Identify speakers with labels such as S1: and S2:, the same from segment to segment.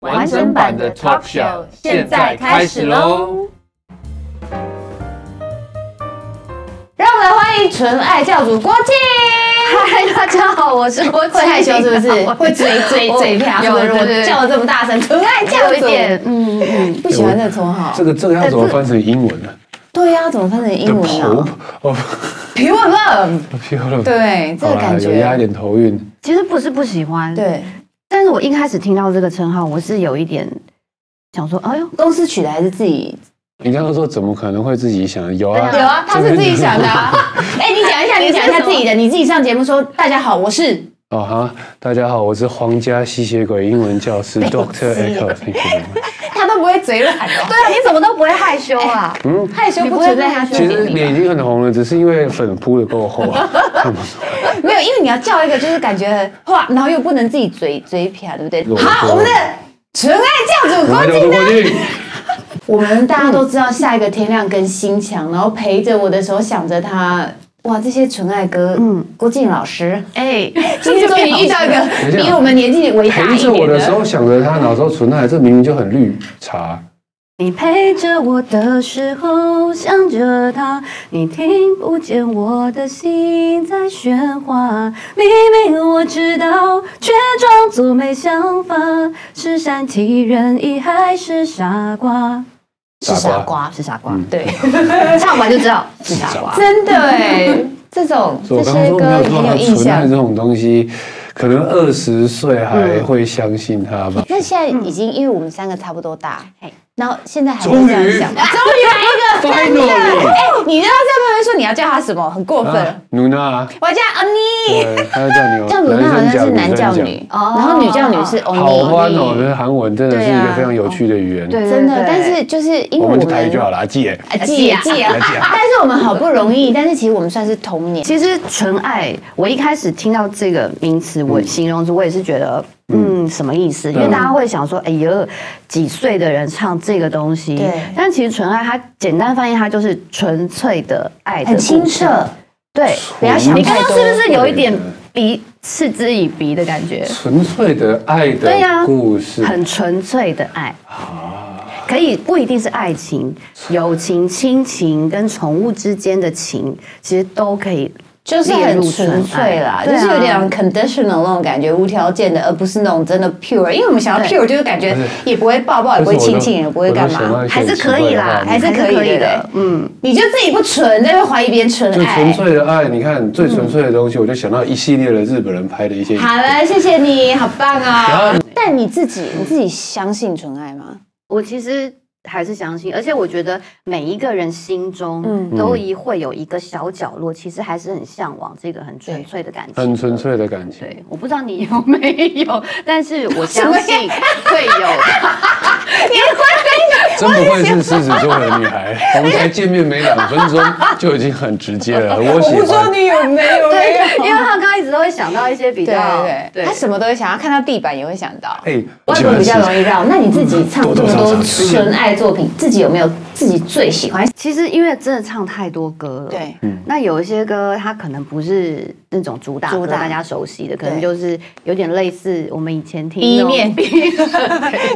S1: 完整版的 talk show 现在开始喽！
S2: 让我们来欢迎纯爱教主郭靖。
S3: 嗨，大家好，我是郭
S2: 会害羞是哦不是？
S3: 会
S2: 会嘴嘴嘴瓢，
S3: 有
S2: 是不是？
S3: 对对
S2: 我叫的这么大声，纯爱教
S3: 有
S2: 主
S3: 一点，，嗯嗯，
S2: 不喜欢这个绰号
S4: 这。个这个要怎么翻成英文呢
S2: 对呀，哎怎么翻成英文啊
S4: ？Pope
S2: 呢
S4: 哦，
S2: ？Pure love，
S4: 漂亮。
S2: 对，这
S4: 好
S2: 个
S4: 啦
S2: 感
S4: 有压一
S2: 觉，
S4: 点头晕。
S3: 其实不是不喜欢，，
S2: 对，
S3: 但是我一开始听到这个称号，我是有一点想说，哎呦，
S2: 公司取的还是自己？
S4: 你刚刚说怎么可能会自己想？有啊，
S2: 有啊，他是自己想的啊。 哎，你讲一下，你讲一下自己的，你自己上节目说，大家好，我是
S4: 哦哈，大家好，我是皇家吸血鬼英文教师 Doctor Echo。Thank you very much
S2: 他都不会嘴软哦哎嗯的，
S3: 对啊，你怎么都不会害羞啊？
S2: 害羞
S3: 你
S2: 不
S3: 不
S2: 存
S3: 会
S2: 在
S3: 害
S2: 他
S3: 羞
S2: 心
S4: 其实
S2: 里面。
S4: 脸已经很红了，只是因为粉扑的够厚啊。
S2: 没有，因为你要叫一个就是感觉很哇，然后又不能自己嘴嘴撇，啊对不对？好，我们的纯爱教主
S4: 我
S2: 郭
S4: 们
S2: 靖
S4: 就
S2: 呢
S4: 过？去。
S2: 我们大家都知道下一个天亮跟心强，然后陪着我的时候想着他，哇，这些纯爱歌，嗯
S3: 嗯，
S2: 郭靖老师，
S3: 哎，
S2: 今天终于遇到一个
S4: 一下
S2: 比我们年纪为大
S4: 陪
S2: 一
S4: 着我
S2: 点
S4: 的时
S2: 的。
S4: 候想着他，脑中存在这明明就很绿茶。
S3: 你陪着我的时候想着他，你听不见我的心在喧哗。明明我知道，却装作没想法，是善体人意还是傻瓜？
S2: 是傻瓜，嗯
S3: 是傻瓜，
S2: 对，
S3: 唱完就知道是傻瓜。
S2: 真的哎，这种
S4: 所以
S2: 这
S4: 我刚刚
S2: 些
S4: 说
S2: 歌
S4: 没有
S2: 很
S4: 说
S2: 有
S4: 很
S2: 印
S4: 纯爱
S2: 象
S4: 这。种东西，可能二十岁还会相信他吧。
S2: 那现在已经，因为我们三个差不多大
S3: 嘿，
S2: 然后现在还会这样想，嗯 终于来一个真的。哎，你让他在旁边说你要叫他什么，很过分。
S4: 努娜，
S2: 我叫安妮，
S4: 啊对，他要叫你哦
S2: 叫鲁娜好像是男叫
S4: 生
S2: 女，然后女叫女是欧尼。
S4: 好欢哦！这韩文真的是
S2: 啊
S4: 一个非常有趣的语言。
S3: 对
S2: 真的，但是就是因为
S4: 我
S2: 我
S4: 们
S2: 们
S4: 就台语就好了，姐。
S2: 啊记啊记啊，
S4: 记啊
S2: 但是我们好不容易，但是其实我们算是同年，
S3: 其实纯爱，我一开始听到这个名词，
S2: 嗯
S3: 我形容词我也是觉得，嗯，什么意思？因为大家会想说，哎呦，几岁的人唱这个东西？
S2: 对
S3: 但其实纯爱，它简单翻译，它就是纯粹的爱的
S2: 很
S3: 故事
S2: 清澈。
S3: 对，
S2: 不要想
S3: 你
S2: 太
S3: 刚刚
S2: 多。
S3: 是不是有一点鼻嗤之以鼻的感觉？
S4: 纯粹的爱
S3: 对呀
S2: 啊
S4: 的故事，
S3: 很纯粹的爱。可以不一定是爱情、友情、亲情跟宠物之间的情，其实都可以
S2: 就是很纯粹啦，
S3: 列
S2: 就
S3: 入纯爱
S2: 是有点
S3: 对啊
S2: conditional 那种感觉，无条件的，而不是那种真的 pure。因为我们想要 pure，就是感觉也不会抱抱，也
S4: 但
S2: 不
S4: 是
S2: 会
S4: 我都
S2: 亲亲，也不会干
S4: 我都想到
S2: 嘛
S4: 一。些
S3: 还是可以啦，
S4: 很奇怪的话
S3: 还是可以的。嗯，
S2: 你就自己不纯，在那边怀疑别人纯
S4: 就纯
S2: 爱。
S4: 粹的爱。你看最纯粹的东西，我就想到一系列的日本人拍的一些影片。
S2: 好了，谢谢你，好棒
S4: 然
S2: 哦
S4: 后。
S2: 但你自己，你自己相信纯爱吗？
S3: 我其实还是相信，而且我觉得每一个人心中
S2: 嗯
S3: 都一会有一个小角落，其实还是很向往这个很纯粹的感情，
S4: 很纯。粹的感情，
S3: 对，我不知道你有没有，但是我相信会有。
S4: 真不愧是狮子座的女孩。 我们才见面没两分钟，就已经很直接了。我喜欢，
S2: 你有没有
S3: 对，因为他刚刚一直都会想到一些比
S2: 对
S3: 较
S2: 对对，他什么都会想，要看到地板也会想到。
S4: 哎，我
S2: 外
S4: 喜
S2: 国
S4: 欢
S2: 比
S4: 狮
S2: 较
S4: 子
S2: 容易绕。那你自己唱这么多纯爱作品，自己有没有自己最喜欢？
S3: 其实因为真的唱太多歌了，
S2: 对，
S4: 嗯
S3: 那有一些歌它可能不是那种主打
S2: 主
S3: 歌
S2: 打
S3: 大家熟悉的，可能
S2: 对
S3: 就是有点类似我们以前听
S2: 第一
S3: 那种
S2: 面，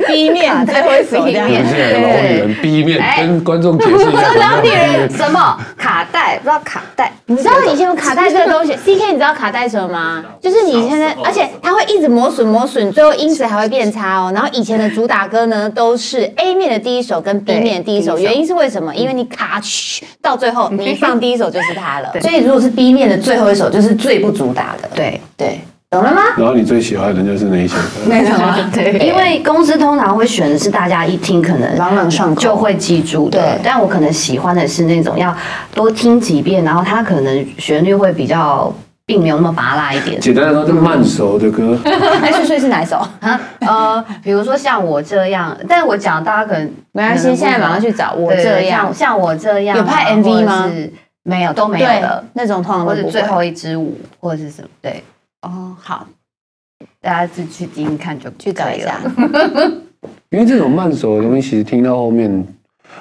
S2: 第一
S3: 啊
S2: 面最会手 这样
S3: 第一
S4: 我们现在有老女人第一面
S3: 哎
S4: 跟观众解释一 下，
S3: 当地人什么卡带，不知道卡带，
S2: 你知道以前有卡带这个东西，CK 你知道卡带什么吗？就是你现在，而且它会一直磨损磨损，最后音质还会变差哦。然后以前的主打歌呢，都是 A 面的第一首跟 B
S3: 对
S2: 面的第一首，嗯
S3: 第一首
S2: 原因是为什么？因为你卡嘘到最 后你一放第一首就是它了，
S3: 对
S2: 所以如果是 B 面的最后一首，就是最不主打的。
S3: 对
S2: 对，懂了吗？
S4: 然后你最喜欢的就是哪一些歌？
S2: 那什么， 对
S3: 因为公司通常会选的是大家一听可能
S2: 朗朗上口
S3: 就会记住的
S2: 对，
S3: 但我可能喜欢的是那种要多听几遍，然后它可能旋律会比较并没有那么拔辣一点。
S4: 简单来说，就慢熟的歌。
S2: 哎，睡睡是哪一首？
S3: 啊呃，比如说像我这样，但我讲大家可能
S2: 没关系，现在马上去找我
S3: 对
S2: 这
S3: 像
S2: 样。
S3: 像我这样
S2: 有拍
S3: 啊
S2: MV
S3: 或者
S2: 吗
S3: 是没有，都没有
S2: 对
S3: 了，，
S2: 那种通常
S3: 或
S2: 都
S3: 者
S2: 不
S3: 最
S2: 会。
S3: 后一支舞，或者是什么，对，
S2: 哦，好，
S3: 大家自己去听听看就
S2: 去找
S3: 可
S2: 一
S3: 以了
S2: 下。
S4: 因为这种慢熟的东西，其实听到后面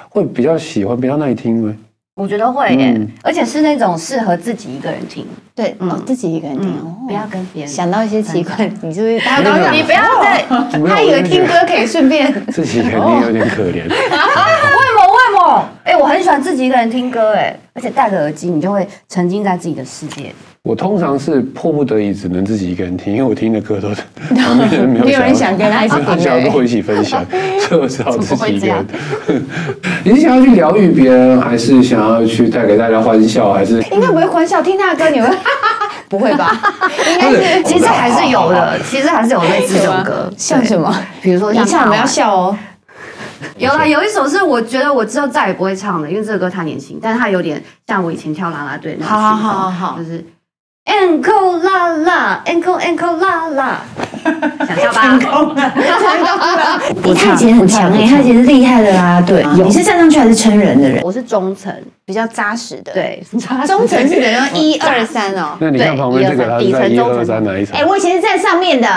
S4: 会比较喜欢，比较耐听吗？
S3: 我觉得会耶，
S4: 嗯
S3: 而且是那种适合自己一个人听，
S2: 对，
S3: 嗯
S2: 哦自己一个人听哦
S3: 嗯，，不要跟别人。
S2: 想到一些奇怪，你就是他
S4: 没有没有
S2: 你不要再，
S4: 没有
S2: 他以为听歌可以顺便，
S4: 自己肯定有点可怜。
S3: 为什么？为什么？哎、我很喜欢自己一个人听歌，哎，而且戴个耳机，你就会沉浸在自己的世界。
S4: 我通常是迫不得已只能自己一个人听，因为我听的歌都是 旁边的人没有
S2: 没有人想跟他一起
S4: 没有
S2: 听
S4: 想要
S2: 对
S4: 跟
S2: 不
S4: 我
S2: 对
S4: 一起分享，所以我只好自己一个人
S3: 怎。
S4: 你是想要去疗愈别人，还是想要去带给大家欢笑，还是
S2: 应该不会欢笑，听他的歌你会， 不会吧？应该是
S3: 其实还是有的，其实还是有类似这种歌，
S2: 像什么？
S3: 对？比如说
S2: 你
S3: 像
S2: 唱我们
S3: 大
S2: 要
S3: 碗
S2: 笑哦，
S3: 有啦，有一首是我觉得我之后再也不会唱的，因为这个歌太年轻，但它有点像我以前跳啦啦队那种
S2: 好好
S3: 曲风
S2: 好好好
S3: 就是。Ankle 啦啦，Ankle Ankle 啦啦，想笑吧？
S2: 你太姐很强哎，太姐是厉害的啦，对，你是站上去还是撑人的人？
S3: 我是中层，
S2: 比较扎实的，，
S3: 对，
S2: 中层是等于一二三哦。
S4: 那你看
S3: 对
S4: 旁边这个，
S3: 一二
S4: 他是在
S3: 三底
S4: 一
S3: 层中
S4: 二三哪一层
S2: 哎、？我以前是站上面的，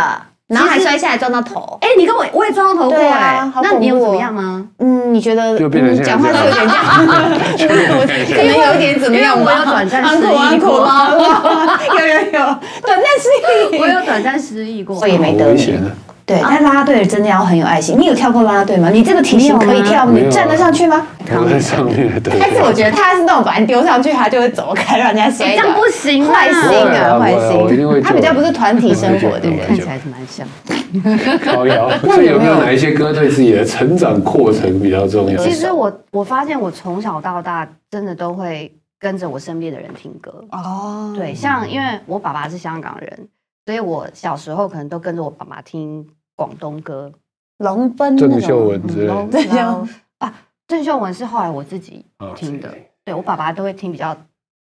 S2: 然后还摔下来撞到头。
S3: 哎、你跟我我也撞到头过
S2: 对
S3: 哎、
S2: 啊好
S3: 那你有
S2: 恐怖哦
S3: 怎么样吗？
S2: 嗯，你觉得
S4: 就变成
S2: 嗯
S4: 现在
S2: 讲话
S4: 这
S2: 是
S4: 样
S2: 有点这样， 可能有点怎么样
S3: 因为我
S2: 吧？
S3: 有短暂失忆过
S2: 安苦啦， 有有有，短暂失忆。
S3: 我有短暂失忆过，
S2: 我也没
S4: 好
S2: 得
S4: 危
S2: 你
S4: 险。啊！
S2: 对，但啦啦队真的要很有爱心。你有跳过啦啦队吗？你这个体型可以跳，
S4: 没有啊啊
S2: 你站得上去吗？
S4: 我在上面的。
S2: 嗯但是我觉得他是那种把你丢上去，他就会走开，让人家
S3: 这
S2: 摔
S3: 样
S2: 倒。
S3: 不行啊，
S2: 坏心
S4: 不会
S2: 啊，
S4: 啊
S2: 坏
S4: 不会啊我一定会
S2: 心！他
S4: 救
S2: 比较
S4: 的
S2: 不是团体生活的
S4: 我一定会
S2: 人
S4: 救。
S3: 看起来是蛮像。
S4: 高瑶，那有没有哪一些歌对自己的成长过程比较重要？
S3: 其实我我发现我从小到大真的都会跟着我身边的人听歌。
S2: 哦，
S3: 对，像因为我爸爸是香港人，所以我小时候可能都跟着我爸爸听广东歌。
S2: 龙奔那
S4: 郑秀
S2: 种。
S4: 文之类的
S3: 嗯
S2: 这样
S3: 然后啊，郑秀文是后来我自己
S4: 啊
S3: 听的
S4: 自己，
S3: 对我爸爸都会听比较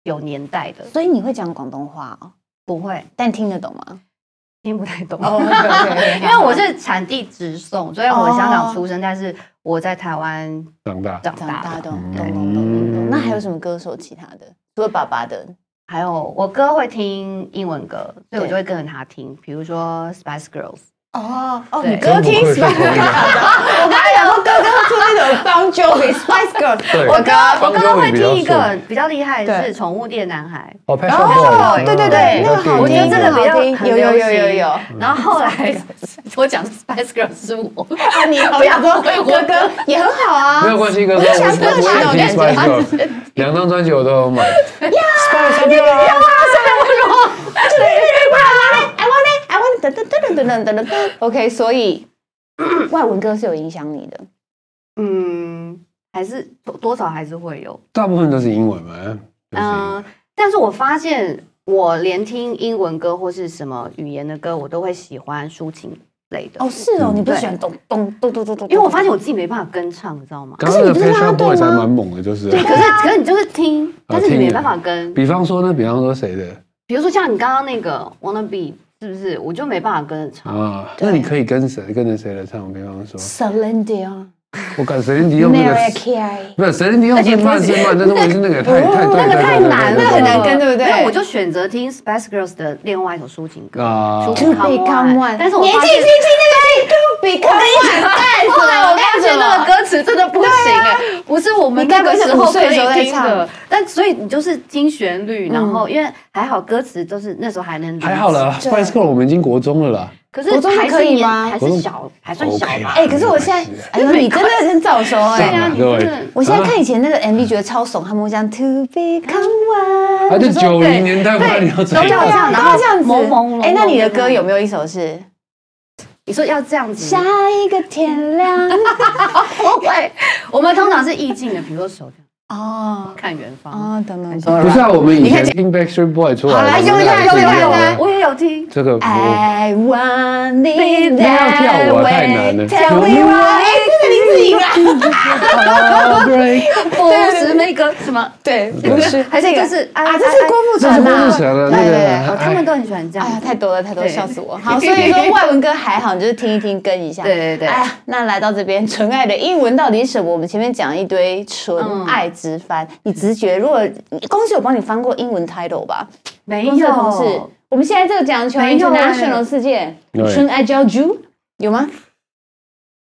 S3: 有年代的，
S2: 所以哎你会讲广东话哦，
S3: 不会
S2: 但听得懂吗？
S3: 听不太懂。
S2: 哦
S3: 因
S2: 因
S3: 为我是产地直送，所以
S2: 哦
S3: 我香港出生，但是我在台湾
S4: 长大
S3: 长
S2: 长
S3: 大
S2: 大
S3: 的。
S2: 的，
S4: 嗯
S2: 懂懂懂懂懂。那还有什么歌手？其他的除了爸爸的，
S3: 还有我哥会听英文歌，所以我
S2: 对
S3: 就会跟着他听，比如说 Spice Girls。
S2: 哦哦，
S3: 对
S2: 你哥听
S4: 真不愧是
S2: Spice Girls
S4: 同一个
S3: 啊
S2: 的，我刚才讲说哥哥会出那种 Bon Jovi Spice Girls，
S4: 对，帮
S3: 我哥，我哥
S4: 哥
S3: 会
S4: 比较
S3: 听一个
S4: 顺
S3: 比较厉害的
S2: 对
S3: 是《宠物店男孩
S4: 哦，拍
S2: 哦，对对对，
S3: 对
S2: 那个好
S3: 嗯我觉得
S2: 听，
S3: 这个
S2: 好
S3: 比较
S2: 听，
S3: 很
S2: 有有
S3: 流
S2: 有有
S3: 行
S2: 有，》，
S4: 嗯
S3: 然后后来我讲 Spice Girls 是我，
S2: 啊你不要说哥哥也很好啊，
S4: 没有关系，哥哥，我
S2: 想
S4: 我
S2: 这
S4: 我
S2: 种
S4: 也
S2: 感觉
S4: 听 Spice Girls，两张专辑我都有买。Spice Girls，
S2: I want it, I want it，噔噔噔噔噔噔噔噔。OK，所 以外文歌是有影响你的。
S3: 嗯，还是多多少还是会有，
S4: 大部分都是英文嘛。嗯，
S3: 嗯，但是我发现我连听英文歌或是什么语言的歌，我都会喜欢抒情类的，
S2: 哦，是哦，你不是喜欢
S3: 对
S2: 咚咚咚咚咚咚？
S3: 因为我发现我自己没办法跟唱，你知 道吗？
S4: 刚刚
S2: 可
S4: 的
S2: 是你不是
S4: Pet
S2: 拉
S4: Shop
S2: 队
S4: Boys
S2: 吗
S4: 还蛮猛的，就是。
S3: 可是可是你就是听，但哦是你
S4: 听
S3: 没
S4: 的
S3: 办法跟，
S4: 比方说呢，比方说谁的
S3: 比如说像你刚刚那个 Wanna Be，是不是我就没办法跟着唱？
S4: 啊？那你可以跟谁跟着谁来唱？比方说，
S2: Celine Dion、
S4: 我感觉林迪用那个
S2: Mariah Carey，
S4: 不是，神灵帝用是慢是慢，但是问题是那个也太太对，
S3: 那个太难了，
S2: 那个很难跟对不对
S3: 没有，我就选择听 Spice Girls 的另外一首抒情歌
S4: 啊
S2: To
S3: 抒情
S2: Become One，
S3: 但是我
S2: 年纪
S3: 发
S2: 轻轻
S3: 现。
S2: 就可以 To Become One，干 什
S3: 后来
S2: 么？
S3: 我发现那个歌词真的不行哎、不是我们那个时
S2: 你该
S3: 候可
S2: 不会是五岁的时候
S3: 以
S2: 在
S3: 听
S2: 唱
S3: 的，但所以你就是听旋律，然后因为还好歌词都是那时候还能理解
S4: 还好了，，Spice Girl 我们已经国中了啦，
S3: 可是
S2: 国中就
S3: 还是
S2: 可以
S3: 年
S2: 吗
S3: 还
S4: 国
S3: 是
S4: 中
S3: 小，还算小
S4: OK 啊啦
S3: 吧。
S2: 哎，可是我现在，哎呦，你真的很早熟
S3: 对
S2: 哎。
S3: 啊，你
S4: 各
S3: 真
S4: 位
S3: 的
S2: 我现在看以前那个 MV 觉得超怂，他们会这样 To Become One，
S4: 而且九
S3: 对
S4: 零年代嘛，你要怎
S3: 都要这
S4: 样？
S2: 都
S3: 样，然
S2: 要
S3: 后
S2: 这样子。
S3: 朦朦胧。
S2: 哎，那你的歌有没有一首是
S3: 你说要这样子
S2: 下？一个天亮？
S3: 不会，我们通常是意境的，比如说手这样
S2: 哦
S3: 看远方。
S2: 哦，等等，
S4: 不是啊，我们以前听 Backstreet Boy 出来，
S2: 好来
S4: 我们
S2: 用一下
S4: 还是
S2: 用一下
S4: 一样啊
S2: 来
S3: 我也有有听。
S4: 这个
S5: 哎
S4: 我
S6: I want it
S4: 那要跳
S6: that
S4: 舞太难
S6: way.
S4: 了
S6: Tell me why？哎，这个林志颖啊，
S3: 不是那个什么，对，不是，还是
S6: 这个
S3: 这是
S6: 啊，这是郭富
S4: 那
S6: 城
S4: 是郭
S6: 啊
S4: 富。城的
S6: 对
S4: 那
S6: 对
S4: 个
S6: 对
S3: 哦，他
S4: 哎
S3: 们都很喜欢这样
S6: 哎。呀， 太多了，太多了，
S3: 对
S6: 笑死我！好，所以说外文歌还好，你就是听一听，跟一下。
S3: 对对对
S6: 哎呀，那来到这边，纯爱的英文到底是什么？我们前面讲一堆纯
S3: 嗯
S6: 爱直翻，你直觉，如果恭喜我帮你翻过英文 title 吧，
S3: 没
S6: 公司的同事，我们现在这个讲求
S3: 没有欸
S6: international 世界，
S4: 对
S6: 纯爱教 Jew 有吗？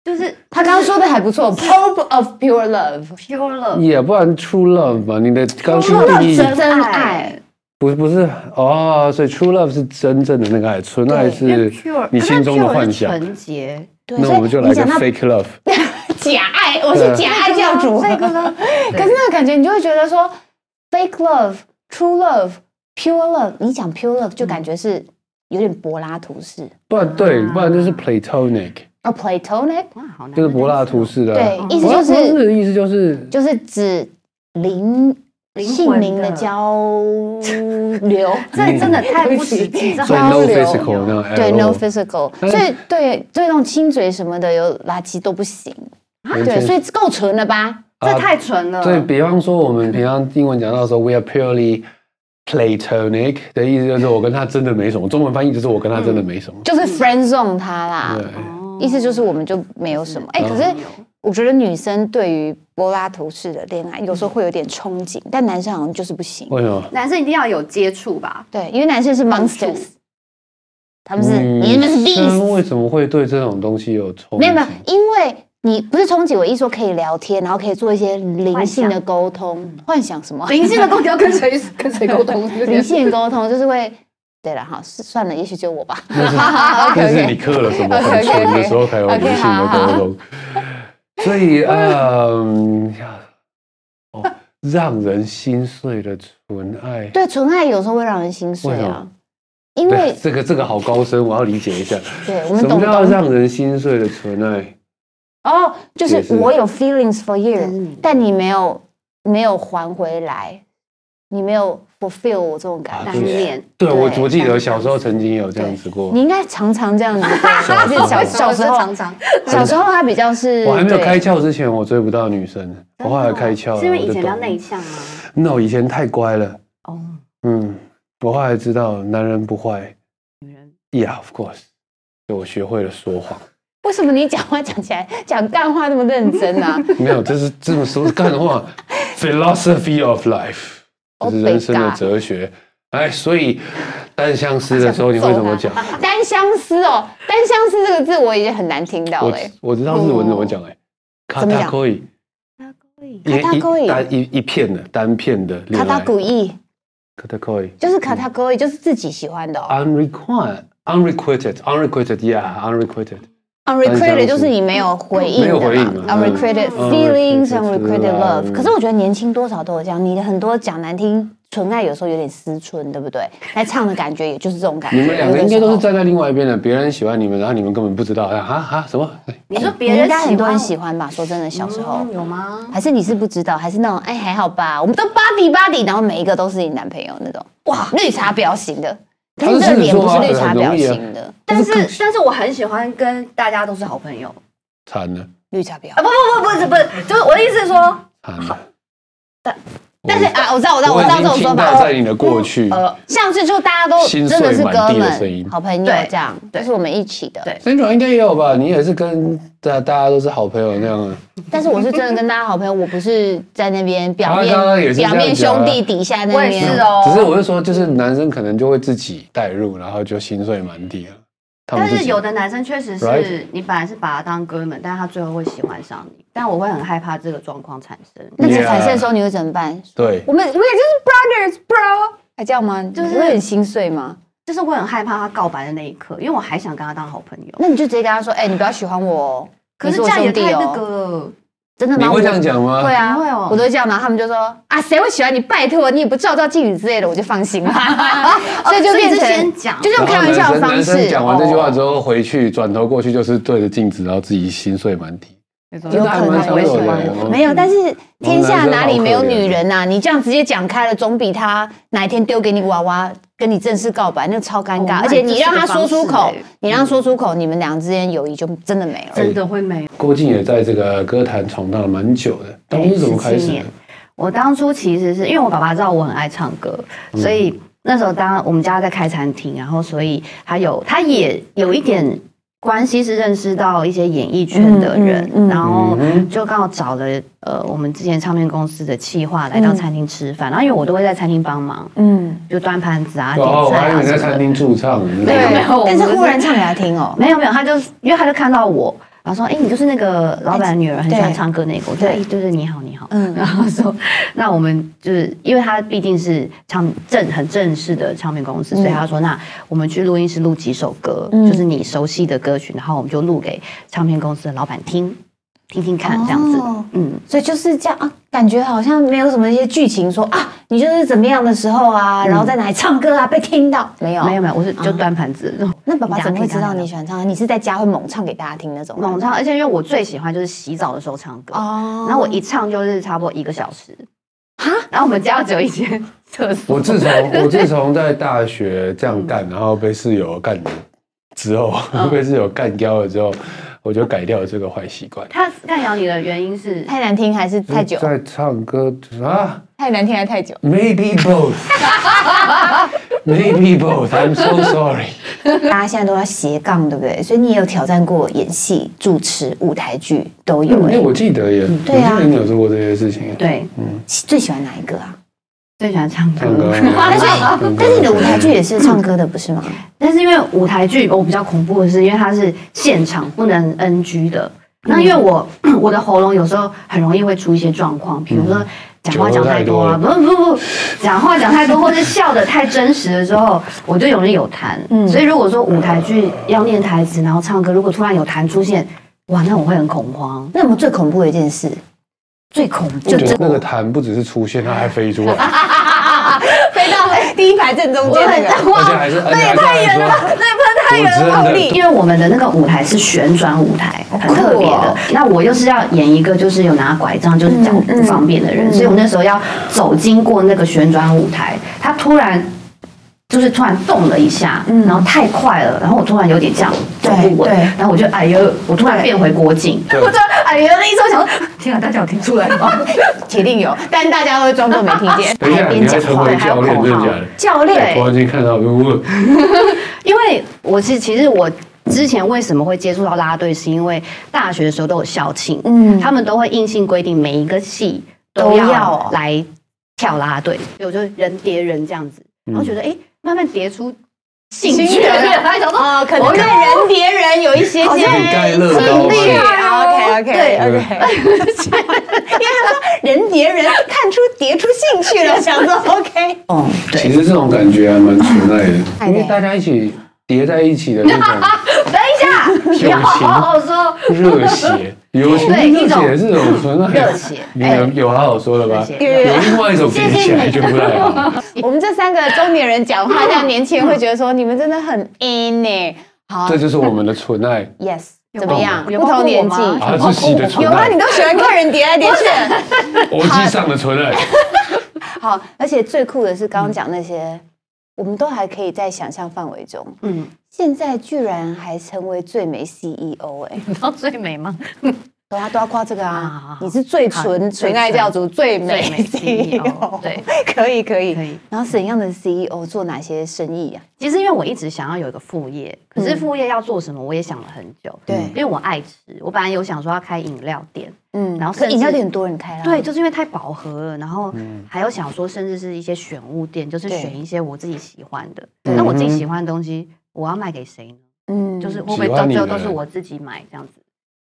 S3: 就是
S6: 他刚刚说的还不错，Pope of Pure Love，
S3: pure love，
S4: 也哎不然 true love 吧？你的刚 性定义
S6: 真真爱，
S4: 不不是哦，所以 true love 是真正的那个爱，纯爱
S3: 因为
S4: 是
S3: pure，
S4: 你心中的幻想
S3: 可是 pure 是纯洁，
S6: 对
S4: 那我们就来
S6: 所
S4: 个
S6: 以你讲到
S4: fake love，
S6: 假爱，我是
S4: 对
S6: 假爱教主。
S3: 这
S6: 可
S3: 个 呢？
S6: 是那个感觉，你就会觉得说，fake love、true love、pure love，你讲 pure love 就感觉是有点柏拉图式
S4: 不然对，不然就是 platonic，
S6: 哦 Platonic，
S3: 哇，好难，
S4: 就是柏拉图式的。
S6: 对，意思
S4: 柏
S6: 就
S4: 拉图式
S6: 是
S4: 的意思就是
S6: 就是指灵
S3: 灵
S6: 性
S3: 魂
S6: 灵的
S3: 的
S6: 交 流。
S3: 这真的太不实际，这
S4: 所以
S3: 好
S6: 交
S4: no
S6: 流
S4: physical 那
S6: 对
S4: at all
S6: ，no physical，
S4: 哦但
S6: 所以对对那种亲嘴什么的有垃圾都不行，啊
S4: 完
S6: 对，
S4: 全
S6: 所以够纯了吧？
S3: 这太纯
S6: 嗯
S3: 了。
S4: 对比方说，我们平常英文讲到说，we are purely platonic 的意思就是我跟他真的没什么，中文翻译就是我跟他真的没什么。
S6: 就是 friend zone 他啦，
S4: 对，
S3: 哦
S4: 嗯
S6: 意思就是我们就没有什么。哎，可是我觉得女生对于柏拉图式的恋爱有时候会有点憧憬，但男生好像就是不行。
S4: 为什么？
S3: 男生一定要有接触吧？
S6: 对，因为男生是 monsters，他们是你们是
S4: 女
S6: beast，
S4: 嗯生为什么会对这种东西有憧憬？
S6: 没有没有，因为你不是憧憬，我一说可以聊天，然后可以做一些灵性的
S3: 幻
S6: 沟通，幻想什么？
S3: 灵性的沟通要跟谁 跟谁沟通？有
S6: 灵
S3: 点
S6: 性沟通就是会，对了哈，是算了，也许就我吧。
S4: 但
S6: 哦
S4: 是你刻了什么很纯的时候才有灵性的沟通。所以，嗯，哦，让人心碎的纯爱。
S6: 对，纯爱有时候会让人心碎
S4: 为什
S6: 啊
S4: 么，
S6: 因为
S4: 这个这个好高深，我要理解一下。
S6: 对我们
S4: 什么
S6: 懂
S4: 叫
S6: 懂
S4: 让人心碎的纯爱？
S6: 哦，就
S4: 也
S6: 是
S4: 是
S6: 我有 feelings for
S3: 但是
S6: you，
S3: 你
S6: 但你没有没有还回来，你没有 fulfill 我这种感
S4: 啊
S3: 单
S6: 觉。
S3: 恋，
S4: 对我
S6: 对
S4: 我记得小时候曾经有这样子过
S6: 你，应该常常这样子，对就是 小小时候，
S3: 常常
S6: 小时候他比较是，
S4: 我还没有
S6: 对哦
S4: 开窍之前，我追不到女生，我后来开窍了，
S3: 是因为
S4: 我
S3: 以
S4: 就
S3: 前比较
S4: 懂
S3: 内向啊吗？
S4: 那我以前太乖了，
S3: 哦，
S4: 嗯，我后来知道男人不坏，女人 Yeah，of course，所以我学会了说谎。
S6: 为什么你讲话讲起来讲干话那么认真啊？
S4: 没有，这是这么说干 话，philosophy of life，这
S6: Oh
S4: 是
S6: my
S4: 人生的
S6: God
S4: 哲学。哎，所以单相思的时候你会怎么讲？
S6: 单相思哦，单相思这个字我已经很难听到
S4: 我
S6: 了欸。
S4: 我知道日文怎么讲哎，卡
S6: 哦怎么
S4: 塔
S6: 讲
S4: 可以，一
S6: 卡塔可以
S4: 一单一一片的单片的恋
S6: 卡
S4: 爱，
S6: 塔古意
S4: 卡塔可以
S6: 就是卡塔古意，就是自己喜欢的哦。
S4: ，unrequited unrequited unrequited yeah unrequited，单相
S6: Unrequited
S4: 思
S6: 啊就是你没有回应的
S4: 嗯没有回应嘛
S6: Unrequited
S4: 嗯
S6: feelings,
S4: unrequited
S6: unrequited love。
S4: love
S6: 可是我觉得年轻多少都有这样，你的很多讲难听，纯爱有时候有点思春，对不对？来唱的感觉也就是这种感觉。
S4: 你们两个应该
S6: 有的时
S4: 都
S6: 候
S4: 是站在另外一边的，别人喜欢你们，然后你们根本不知道啊啊啊什么？
S3: 你说别
S6: 你应
S3: 人
S6: 该很多人喜
S3: 喜
S6: 欢嗯吧？说真的，小时候
S3: 欢有吗？
S6: 还是你是不知道，还是那种哎还好吧，我们都 buddy buddy，然后每一个都是你男朋友那种，哇，绿茶婊型的。可是你这个脸不是绿茶婊
S4: 啊
S6: 型的，
S3: 但是但是我很喜欢跟大家都是好朋友啊！
S4: 惨了
S6: 绿茶婊。
S3: 不不不不是不是，就是我的意思是说，
S4: 惨了，
S6: 但是啊，我知道，我知道，我
S4: 我
S6: 知道
S4: 已
S6: 这
S4: 经
S6: 种说
S4: 听
S6: 法哦嗯
S4: 到。在你的过去。
S3: 呃，
S6: 上次就大家都真的是哥
S4: 嗯心碎满地的声音
S6: 们、好朋友
S3: 对
S6: 这样，
S3: 对
S6: 就是我们一起的。
S3: 对
S4: Sandra 应该也有吧？你也是跟大大家都是好朋友那样啊？
S6: 但是我是真的跟大家好朋友，我不是在那边表
S4: 他
S6: 面
S4: 刚刚也是这样
S6: 表面
S4: 讲
S6: 兄
S4: 啊
S6: 弟底下那
S3: 我
S6: 边。
S3: 也是哦。
S4: 只是我是说，就是男生可能就会自己带入，然后就心碎满地了。他们
S3: 但
S4: 自
S3: 是
S4: 己
S3: 有的男生确实是
S4: Right？
S3: 你本来是把他当哥们，但是他最后会喜欢上你，但我会很害怕这个状况产生。
S6: 那你
S4: Yeah
S6: 产生的时候你会怎么办？
S4: 对
S6: 我们我也就是 brothers bro，还
S3: 哎
S6: 这样吗？就
S3: 就是
S6: 是会很心碎吗？
S3: 就是我很害怕他告白的那一刻，因为我还想跟他当好朋友。
S6: 那你就直接跟他说，哎，你不要喜欢我哦，
S3: 可是
S6: 你
S3: 这
S6: 我
S3: 样也
S6: 兄弟
S3: 太那个
S6: 哦，
S3: 了，
S6: 真的吗？
S4: 你会这样
S6: 我
S4: 讲吗？
S6: 对啊，
S3: 不会哦
S6: 我都会这样，然后他们就说啊，谁会喜欢你？拜托，你也不照照镜子之类的，我就放心了。 所以就
S3: 哦所以
S6: 变
S3: 是
S6: 成
S3: 先讲
S6: 就是用
S4: 然后
S6: 开玩
S4: 男
S6: 笑的
S4: 生
S6: 方
S4: 男
S6: 式。
S4: 生讲完这句话
S6: 哦
S4: 之后，回去转头过去就是对着镜子，然后自己心碎满地。
S3: 那种
S2: 有可能
S3: 我也喜欢
S4: 有可能
S2: 没有，但是哦天下哪哦里没有女人呐、你这样直接讲开了，总比他哪一天丢给你娃娃跟你正式告白那超尴尬。
S3: 哦
S2: 而且你让他说出口
S3: 那这是个方式欸，
S2: 你让他说出口，你们俩之间友谊就真的没了。
S3: 真的会没有。
S4: 郭靖也在这个歌坛闯荡了蛮久的，当时怎么开
S3: 17
S4: 始的
S3: 年？我当初其实是因为我爸爸知道我很爱唱歌，所
S4: 嗯
S3: 以那时候当我们家在开餐厅，然后所以他有他也有一点关系是认识到一些演艺圈的人，
S2: 嗯嗯嗯
S3: 然后
S4: 嗯哼
S3: 就刚好找了呃我们之前唱片公司的企划来到餐厅吃饭，然后因为我都会在餐厅帮忙，
S2: 嗯，
S3: 就端盘子啊、点
S4: 哦，我
S3: 菜
S4: 还以
S3: 啊
S4: 为你在
S3: 什么
S4: 餐
S3: 的。
S4: 厅驻唱。
S3: 没有没有，我
S2: 但
S3: 们
S2: 是
S3: 就
S2: 忽然唱给他听哦、
S3: 没有没有，他就因为他就看到我，然后说：“哎、你就是那个老板的女儿，很喜欢
S2: 对
S3: 唱歌那个。”我说：“哎、对对，你好，
S2: 嗯
S3: 你好。”嗯，然后说：“那我们就是因为他毕竟是唱正很正式的唱片公司，
S2: 嗯
S3: 所以他说：那我们去录音室录几首歌，就是你熟悉的歌曲，然后我们就录给唱片公司的老板听，听听看这样子。
S2: 哦
S3: 嗯，
S2: 所以就是这样啊，感觉好像没有什么一些剧情说啊，你就是怎么样的时候啊，然后在哪里唱歌啊， 被听到没有？
S3: 没有。没有，我是
S2: 啊
S3: 就端盘子。
S2: 那爸爸怎么会知道你
S3: 你
S2: 喜欢唱歌？你是在家会猛唱给大家听那种吗？
S3: 猛唱？而且因为我最喜欢就是洗澡的时候唱歌。
S2: 哦
S3: 然后我一唱就是差不多一个小时。然后我们家只有一间 厕所，
S4: 我自从我自从在大学这样干，然后被室友干之后，
S3: 哦
S4: 被室友干掉了之后，我就改掉了这个坏习惯。
S3: 他干掉你的原因是
S2: 太难听还是太久？
S4: 哎在唱歌啊
S2: 太难听还是太久？
S4: ，maybe both。Maybe both. I'm so sorry.
S2: 大家现在都要斜杠，对不对？所以你也有挑战过演戏、主持、舞台剧都有、
S4: 因为
S2: 欸。
S4: 我记得也，我
S2: 对啊
S4: 记得你有做过这些事情。
S3: 对
S2: 最喜欢哪一个啊？
S3: 最喜欢唱
S4: 唱歌啊
S3: 歌，，
S2: 但是但是你的舞台剧也是唱歌的，不是吗？
S3: 但是因为舞台剧我比较恐怖的是，因为它是现场不能 NG 的。那因为我
S4: 嗯
S3: 我的喉咙有时候很容易会出一些状况，比如说讲话讲太多啊，不不不，不讲话讲太多或者笑得太真实的时候，我就容易有痰。
S2: 嗯
S3: 所以如果说舞台剧要念台词，然后唱歌，如果突然有痰出现，哇，那我会很恐慌。
S2: 那有没有最恐怖的一件事？最恐怖
S4: 就那个痰不只是出现，它还飞出来，
S2: 飞到第一排正中间那个。
S4: 而且还是 那也太远了，那也太远了，
S3: 因为我们的那个舞台是旋转舞台，很特别的。那我又是要演一个就是有拿拐杖，就是脚不方便的人，所以我那时候要走经过那个旋转舞台，他突然。就是突然动了一下，然后太快了，然后我突然有点这样走不稳
S2: 对对，
S3: 然后我就哎呦，我突然变回郭靖，
S4: 对
S3: 我就哎呦那一声想说，天啊，大家有听出来 吗？
S2: 铁定有，但大家都会装作没听见，
S4: 等一下，
S2: 还
S4: 你
S2: 边
S4: 要
S2: 讲
S4: 成
S2: 话
S4: 为
S2: 还有
S4: 教练，
S2: 口
S4: 真的
S2: 号
S4: 假。的？
S2: 教练，
S4: 突然间看到，我
S3: 因为我是其实我之前为什么会接触到啦队，是因为大学的时候都有校庆，
S2: 嗯
S3: 嗯，他们都会硬性规定每一个系都
S2: 都要哦
S3: 要来跳啦队，所以我就人叠人这样子，然后觉得哎、诶慢慢叠出兴趣
S2: 兴趣
S3: 了，然后 想说
S2: 哦，可能看人叠人有一些些
S4: 你盖乐高吗？
S2: 哎 OK OK
S3: 对
S2: OK，因为他说人叠人看出叠出兴趣了，想说 OK。哦，
S4: 其实这种感觉还蛮纯爱 的，
S2: 爱的
S4: 因为大家一起叠在一起的那
S3: 等一下，不要好好说，
S4: 种热血，友情
S3: 对
S4: 热
S3: 一种
S4: 血是种纯爱。
S3: 热血
S4: 你有有好好说的吧？
S3: 热血
S4: 有另外一种叠起来就不太好。
S2: 我们这三个中年人讲话，像年轻人会觉得说你们真的很 in 呢。好
S4: 这就是我们的纯 爱，
S2: ，Yes，怎么样？
S3: 有
S2: 不同年纪
S3: 包括我吗
S4: 啊，是喜的纯
S2: 有啊，你
S4: 爱，
S2: 都喜欢看人叠来叠去。
S4: 逻辑上的纯 爱。
S2: 好，而且最酷的是刚刚讲那些，我们都还可以在想象范围中。
S3: 嗯，
S2: 现在居然还成为最美 CEO 哎、
S3: 你知道最美吗？
S2: 大家都要夸这个
S3: 好
S2: 啊
S3: 好！好
S2: 你是最
S3: 好
S2: 纯
S3: 最
S2: 纯爱教主最美 E
S3: 最美
S2: CEO，
S3: CEO 对，
S2: 可以可以
S3: 可以。
S2: 然后怎样的 CEO 做哪些生意啊？
S3: 其实因为我一直想要有一个副业，可是
S2: 嗯
S3: 副业要做什么，我也想了很久。
S2: 对
S3: 因为我爱吃，我本来有想说要开饮料店，
S2: 嗯，
S3: 然后
S2: 可
S3: 甚至
S2: 饮料店很多人开啦，
S3: 对，，就是因为太饱和了，然后
S4: 嗯
S3: 还有想说，甚至是一些选物店，就是
S2: 对
S3: 选一些我自己喜欢的。
S4: 嗯
S2: 对
S3: 那我自己喜欢的东西，我要卖给谁呢？
S2: 嗯
S3: 就是会不会
S4: 喜
S3: 到
S4: 欢你
S3: 最后
S4: 的
S3: 都是
S4: 人
S3: 我自己买这样子？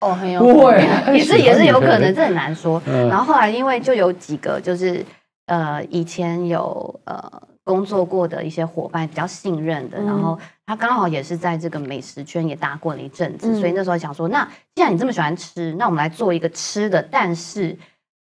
S2: 哦，很有
S4: 不
S2: 可
S4: 会
S2: 能，
S4: 啊，
S3: 也是
S4: 喜欢
S3: 也是
S4: 你
S3: 有
S4: 的
S3: 可能，这很难说。
S4: 嗯
S3: 然后后来因为就有几个就是呃以前有呃工作过的一些伙伴比较信任的，然后他刚好也是在这个美食圈也打滚了一阵子，所以那时候想说，那既然你这么喜欢吃，那我们来做一个吃的，但是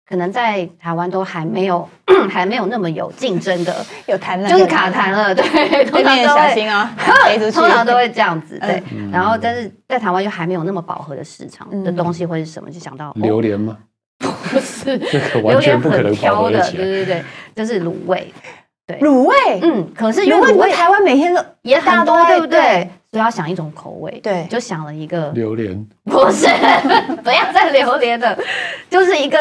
S3: 可能在台湾都还没有 还没有那么有竞争的，
S6: 有谈了，
S3: 就是卡痰了，对，
S6: 这
S3: 通常
S6: 边
S3: 都
S6: 小
S3: 会。
S6: 心啊，
S2: 哦
S6: 飞出去。
S3: 哦通常都会这样子，对。然后，但是在台湾又还没有那么饱和的市场的东西会是什么？就想到哦
S4: 榴莲吗？
S3: 不是，
S4: 这个
S3: 榴
S4: 完
S3: 莲
S4: 全不可
S3: 很
S4: 能饱
S3: 挑
S4: 和
S3: 的
S4: 得，起啊
S3: 对
S4: 来。
S3: 对对，就是卤味。
S2: 哎
S6: 卤味，
S3: 嗯，可是因
S6: 卤味
S3: 为卤
S6: 不是
S3: 味
S2: 啊
S6: 台湾每天都
S3: 也很多
S6: 大，家
S3: 对
S6: 都会
S3: 不对
S6: 对？
S3: 所以要想一种口味，
S6: 对
S3: 就想了一个，
S4: 榴莲
S3: 不是，不要再榴莲了，就是一个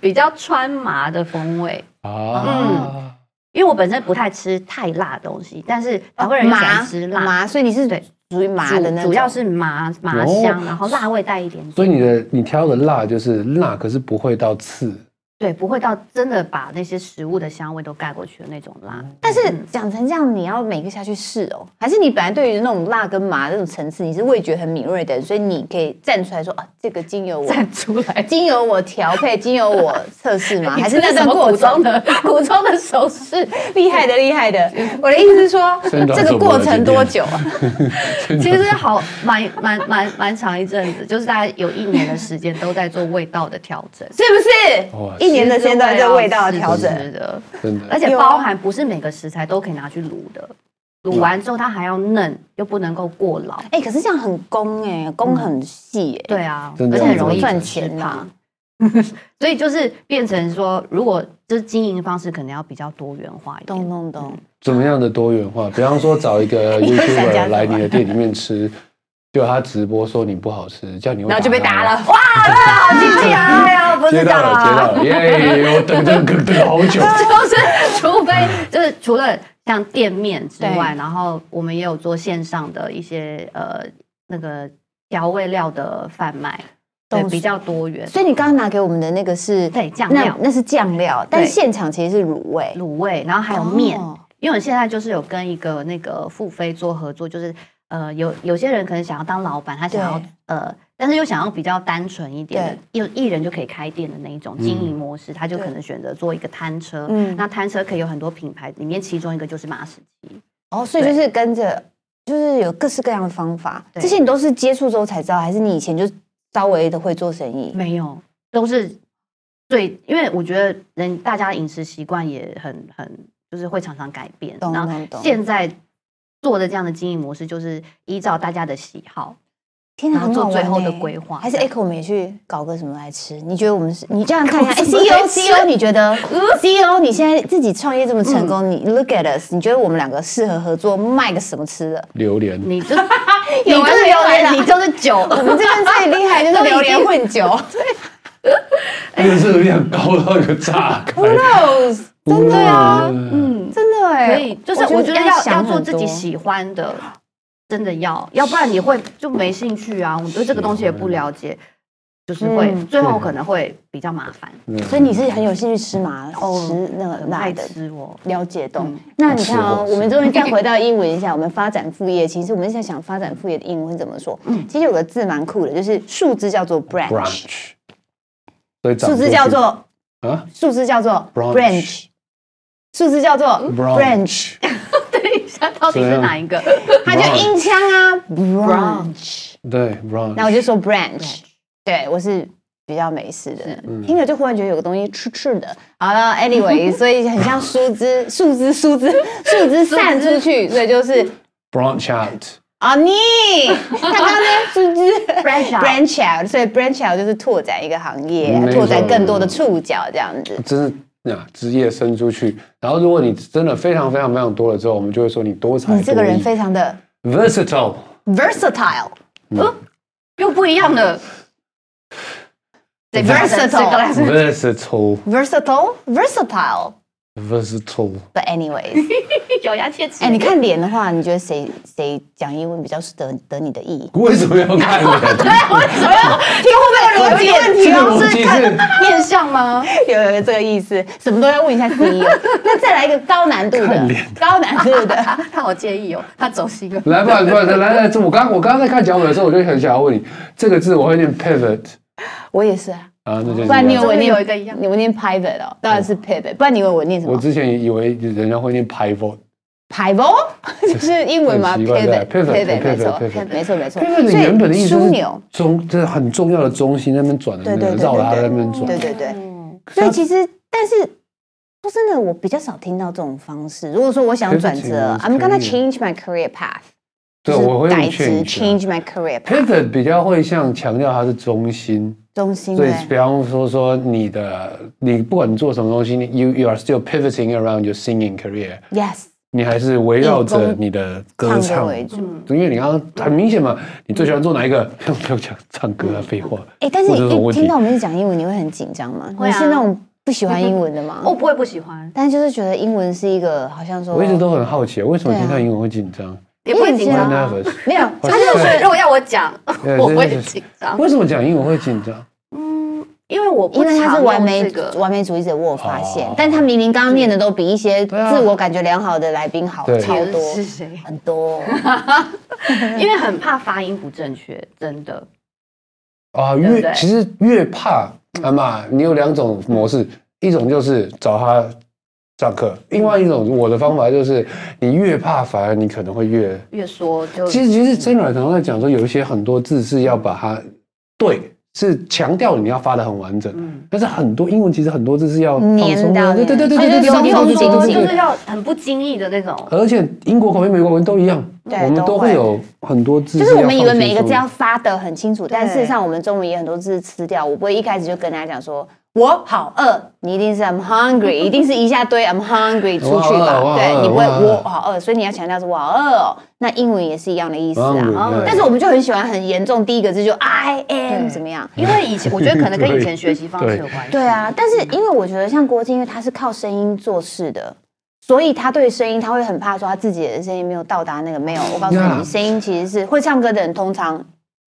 S3: 比较川麻的风味。嗯
S4: 啊，
S3: 因为我本身不太吃太辣的东西，但是台湾人又喜欢吃辣，
S2: 哦麻，所以你是
S3: 对
S2: 属于麻的那种，
S3: 主主要是麻麻香，然后辣味带一点点，
S4: 哦所以你的你挑的辣就是辣，可是不会到刺。
S3: 对，不会到真的把那些食物的香味都盖过去的那种辣。
S2: 但是
S3: 嗯
S2: 讲成这样，你要每个下去试哦，还是你本来对于那种辣跟麻这种层次，你是味觉很敏锐的人，所以你可以站出来说啊，这个经由我
S3: 站出来，
S2: 经由我调配，经由我测试 吗？还是那
S3: 这什
S2: 段
S3: 么
S2: 过
S3: 古装
S2: 程
S3: 的 古装的手势？
S2: 厉害的厉害的？我的意思是说，
S4: 真的
S2: 这个过程多久啊？
S3: 其实好蛮蛮蛮蛮长一阵子，就是大概有一年的时间都在做味道的调整，
S2: 是不
S4: 哇，
S2: 是？一年的时间都在这味道的调整
S3: 其，实是的，
S4: 真的
S3: 而且包含不是每个食材都可以拿去卤的，卤完之后它还要嫩，又不能够过老。
S2: 哎、可是这样很工哎、工很细哎、
S3: 对啊，
S4: 真的
S3: 而且很容易
S4: 赚啊
S2: 钱呐
S3: 嘛。 所以就是变成说，如果就是经营方式，可能要比较多元化一
S2: 咚
S3: 点。
S2: 咚咚，
S4: 怎么样的多元化？比方说找一 个
S2: 想讲什
S4: YouTuber
S2: 么
S4: 来你的店里面吃，就他直播说你不好吃，叫你然
S2: 然后就被打了，
S4: 了。
S2: 哇，好亲切啊！哎呀，不
S4: 接
S2: 知
S4: 到
S2: 道
S4: 了，接
S2: 啊，
S4: 到了，耶！我等这个梗等了好 久。
S3: 就是除非就是除了像店面之
S2: 嗯
S3: 外，
S2: 对
S3: 然后我们也有做线上的一些呃那个调味料的贩卖，对，
S2: 懂
S3: 比较多元。
S2: 所以你刚刚拿给我们的那个是
S3: 对酱
S2: 那
S3: 料
S2: 那是酱料，但
S3: 对
S2: 现场其实是卤味，
S3: 卤味，然后还有面，
S2: 哦
S3: 因为我现在就是有跟一个那个付飞做合作，就是呃有有些人可能想要当老板，他想要
S2: 对
S3: 呃，但是又想要比较单纯一点的
S2: 对，
S3: 有一人就可以开店的那一种经营模式，他就可能选择做一个摊车。
S2: 嗯
S3: 那摊车可以有很多品牌，里面其中一个就是马士基。
S2: 哦，所以就是跟着，就是有各式各样的方法，
S3: 对
S2: 这些你都是接触之后才知道，还是你以前就稍微的会做生意？
S3: 没有，都是最，因为我觉得人大家的饮食习惯也很很，就是会常常改变。
S2: 懂
S3: 然后
S2: 懂懂
S3: 现在做的这样的经营模式，就是依照大家的喜好，
S2: 天
S3: 然
S2: 哪，很
S3: 后
S2: 好
S3: 做最
S2: 玩
S3: 后的
S2: 欸
S3: 规划。
S2: 还是 Echo 我们也去搞个什么来吃？你觉得我们是？你这样看一下
S3: 搞
S2: 哎
S3: 什么
S2: ，CEO
S3: 来吃呃
S2: CEO，你觉得 CEO 你现在自己创业这么成
S3: 嗯
S2: 功，你 look at us，你觉得我们两个适合合作卖个什么吃的？
S4: 榴莲，
S3: 你 就你
S2: 有完
S3: 就是
S2: 没
S3: 榴
S2: 完啊
S3: 莲，你就是酒。
S2: 我们这边最厉害就是榴莲混酒
S4: 那个热量高到一个炸开。
S2: ，Rose，
S4: 真的啊，
S2: 真的哎，
S3: 可以，就是我觉得要要做自己喜欢的，真的要，要不然你会就没兴趣啊。我对这个东西也不了解，就是会、
S2: 嗯
S3: 最后可能会比较麻烦。
S4: 嗯
S2: 所以你是很有兴趣吃麻
S3: 哦
S2: 吃那个
S3: 很
S2: 辣
S3: 爱
S2: 的。
S3: 吃哦，
S2: 了解懂。
S3: 嗯
S2: 那你看啊、
S4: 是哦
S2: 我们终于再回到英文一下，我们发展副业，其实我们在想发展副业的英文怎么说？其实有个字蛮酷的，就是树枝叫做 branch，
S4: 嗯 branch，所以长
S2: 树枝叫做
S4: 过去啊
S2: 树枝叫做
S4: Branch 嗯
S2: branch，树枝叫做 branch，
S4: branch，
S3: 它 到底是哪一个？
S2: 它就音腔啊 branch。
S4: 对
S2: 那
S4: branch，
S2: 我就说 branch，对我是比较美式的，
S4: 嗯
S2: 听了就忽然觉得有个东西吃吃的。好了，anyway，所 以很像树枝、树枝、树枝、树枝散出去，所以就是
S4: branch out。
S2: 啊你，他刚刚那树 枝
S3: Branch out
S2: branch out，所以 branch out 就是拓展一个行业
S4: 嗯没，错
S2: 拓展更多的触角这样子。
S4: 真的啊，枝叶伸出去。然后，如果你真的非常非常非常多了之后，我们就会说你多才多艺。
S2: 你这个人非常的
S4: versatile，
S2: versatile，
S3: 又不一样 的。
S2: Versatile
S3: 这个 来
S4: versatile
S2: versatile versatile，but
S4: versatile。
S2: anyways，
S3: 咬牙切齿。
S2: 哎，你看脸的话，你觉得谁谁讲英文比较得得你的意？
S4: 为什么要 看脸？
S2: 这个会不会有逻辑问题
S4: 这个
S2: 哦？
S4: 逻辑是
S3: 面相吗？
S2: 有有有这个意思，什么都要问一下 CEO。那再来一个高难度的
S4: 看脸，
S2: 高难度的，
S3: 他好介意哦，他走心了。
S4: 来吧，来来来，这我刚我刚刚在看脚本的时候，我就很想要问你，这个字我会念 pivot
S2: 我也是啊。
S4: 啊，那就是
S2: 不然你以为我
S3: 真的
S2: 念
S3: 有一个一样
S2: 你们念 private 哦，当然是 pivot。不然你以为我念什
S4: 我
S2: 么
S4: 之前以为人家会念 pivot，
S2: ？pivot 就是英文吗
S4: 很奇怪
S2: ？pivot
S4: 对
S2: 没
S4: pivot，
S2: 错
S4: pivot，
S2: 没错没错。
S4: pivot 你
S2: 所以
S4: 原本的意思
S2: 枢
S4: 是
S2: 纽，
S4: 中，这很重要的中心那边转的
S2: 对
S4: 那
S2: 对
S4: 个
S2: 对
S4: 绕了它啊
S2: 对
S4: 在那边
S2: 对
S4: 转。
S2: 对对。
S6: 所以其实，但是说真的，我比较少听到这种方式。如果说我想转折
S4: Pivoting is
S6: ，I'm gonna
S4: career
S6: change my career path，
S4: 对，
S6: 就
S4: 我会
S6: 是
S4: 用
S6: 改职
S4: change 啊
S6: change my career path，
S4: pivot 比较会像强调它是中心，
S6: 中心
S4: 所以
S6: 对
S4: 比方说说你的，你不管做什么东西你，you you are still pivoting around your singing career，
S6: ，yes，
S4: 你还是围绕
S6: 以
S4: 着
S6: 功
S4: 你的歌
S6: 唱
S4: 唱
S6: 歌为主。
S3: 嗯
S4: 因为你刚刚很明显嘛，你最喜欢做哪一个？ 不用不用讲唱歌啊，废话。
S6: 哎，但是
S4: 我这种
S6: 你一
S4: 问题
S6: 听到我们是讲英文，你会很紧张吗？
S3: 会啊
S6: 你
S3: 哦
S6: 是那种不喜欢英文的 吗？
S3: 我不会不喜欢，
S6: 但就是觉得英文是一个好像说，
S4: 我一直都很好奇，为什么
S6: 对啊
S4: 听到英文会紧张
S3: 也不会紧
S6: 对
S4: ？Why
S3: 张
S6: 啊
S3: 啊。
S4: nervous？
S6: 没有，
S3: 他就是如果要我讲，
S4: 对
S3: 我
S4: 真的
S3: 会
S4: 是
S3: 紧张。
S4: 为什么讲英文会紧张？
S3: 嗯，因为我不
S6: 因为他
S3: 常
S6: 是
S3: 用
S6: 完美
S3: 这个，
S6: 完美主义者，我有发现
S4: 哦，
S6: 但他明明刚刚念的都比一些
S4: 啊
S6: 自我感觉良好的来宾好
S4: 对
S6: 超多
S3: 是谁？
S6: 很多。
S3: 因为很怕发音不正确，真的。
S4: 啊，
S3: 对不
S4: 越
S3: 对
S4: 其实越怕啊嘛，你有两种模式，一种就是找他上课，另外一种我的方法就是，你越怕，反而你可能会越……
S3: 越说就
S4: 其实其实曾软堂在讲说，有一些很多字是要把它对，是强调你要发的很完整，
S3: 嗯，
S4: 但是很多英文其实很多字是要放松
S6: 黏到
S4: 的，对对对对
S6: 它
S4: 对
S6: 就
S4: 对
S6: 是
S4: 对
S6: 松
S4: 对
S6: 松
S4: 对对
S3: 说
S4: 对
S3: 就
S4: 对
S3: 是
S4: 对。
S3: 要很不经意的那种。
S4: 而且英国口音、美国口音都一样，
S6: 对
S4: 我们
S6: 都
S4: 都
S6: 会
S4: 会有很多字
S6: 就是是
S4: 要
S6: 我
S4: 放
S6: 们以
S4: 轻松的，
S6: 为每一个字要发的很清楚，但
S3: 对
S6: 事实上我们中文也很多字吃掉。我不会一开始就跟大家讲说我好饿，你一定是 I'm hungry，一定是一下堆 I'm hungry 出去吧
S4: 我好饿我好饿，
S6: 对，你不会
S4: 我好饿
S6: 我好饿，所以你要强调是我好饿哦。那英文也是一样的意思
S4: 嗯
S6: 啊。
S3: 哦
S4: 对
S6: 但是我们就很喜欢很严重，第一个字就 I am 怎么样？
S3: 因为以前我觉得可能跟以前学习方式有
S4: 嗯
S3: 关系。
S6: 对，啊，但是因为我觉得像郭靖，因为他是靠声音做事的，所以他对声音他会很怕说他自己的声音没有到达那个没有。我告诉
S4: 呀
S6: 你，声音其实是会唱歌的人通常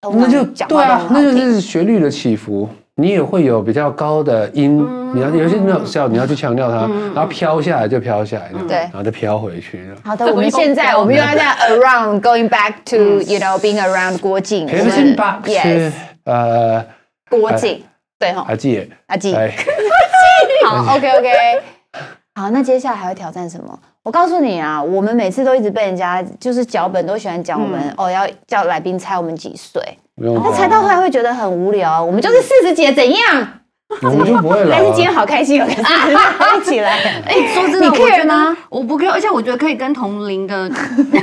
S6: 通
S4: 那就
S6: 常讲
S4: 对
S6: 话都
S4: 啊
S6: 很，好
S4: 那就
S6: 听。
S4: 是旋律的起伏，你也会有比较高的音，你要有些没有笑，你要去强调它，然后飘下来就飘下来，嗯
S6: 对
S4: 然后再飘回去。
S6: 好的，我们现在我们又
S4: 嗯
S6: 要这样 around going back to you know being around 郭靖
S4: p i v o t i n back
S6: yes
S4: 是呃
S6: 郭靖对哈
S4: 阿纪，
S6: 阿纪
S4: 哎，
S6: 好，OK OK。好，那接下来还会挑战什么？我告诉你啊，我们每次都一直被人家就是脚本都喜欢讲我们、
S3: 嗯
S4: 嗯
S6: 哦，要叫来宾猜我们几岁，
S4: 不用
S6: 那猜到后来会觉得很无聊
S3: 嗯
S6: 啊。我们就是四十几了怎样？
S4: 我们就不会老
S6: 但是今天
S4: 啊。
S6: 好开心，有个四十一起来。
S3: 哎，说真的，
S6: 你
S3: 我
S6: care
S3: 觉
S6: 吗
S3: 得我不 care，而且我觉得可以跟同 龄的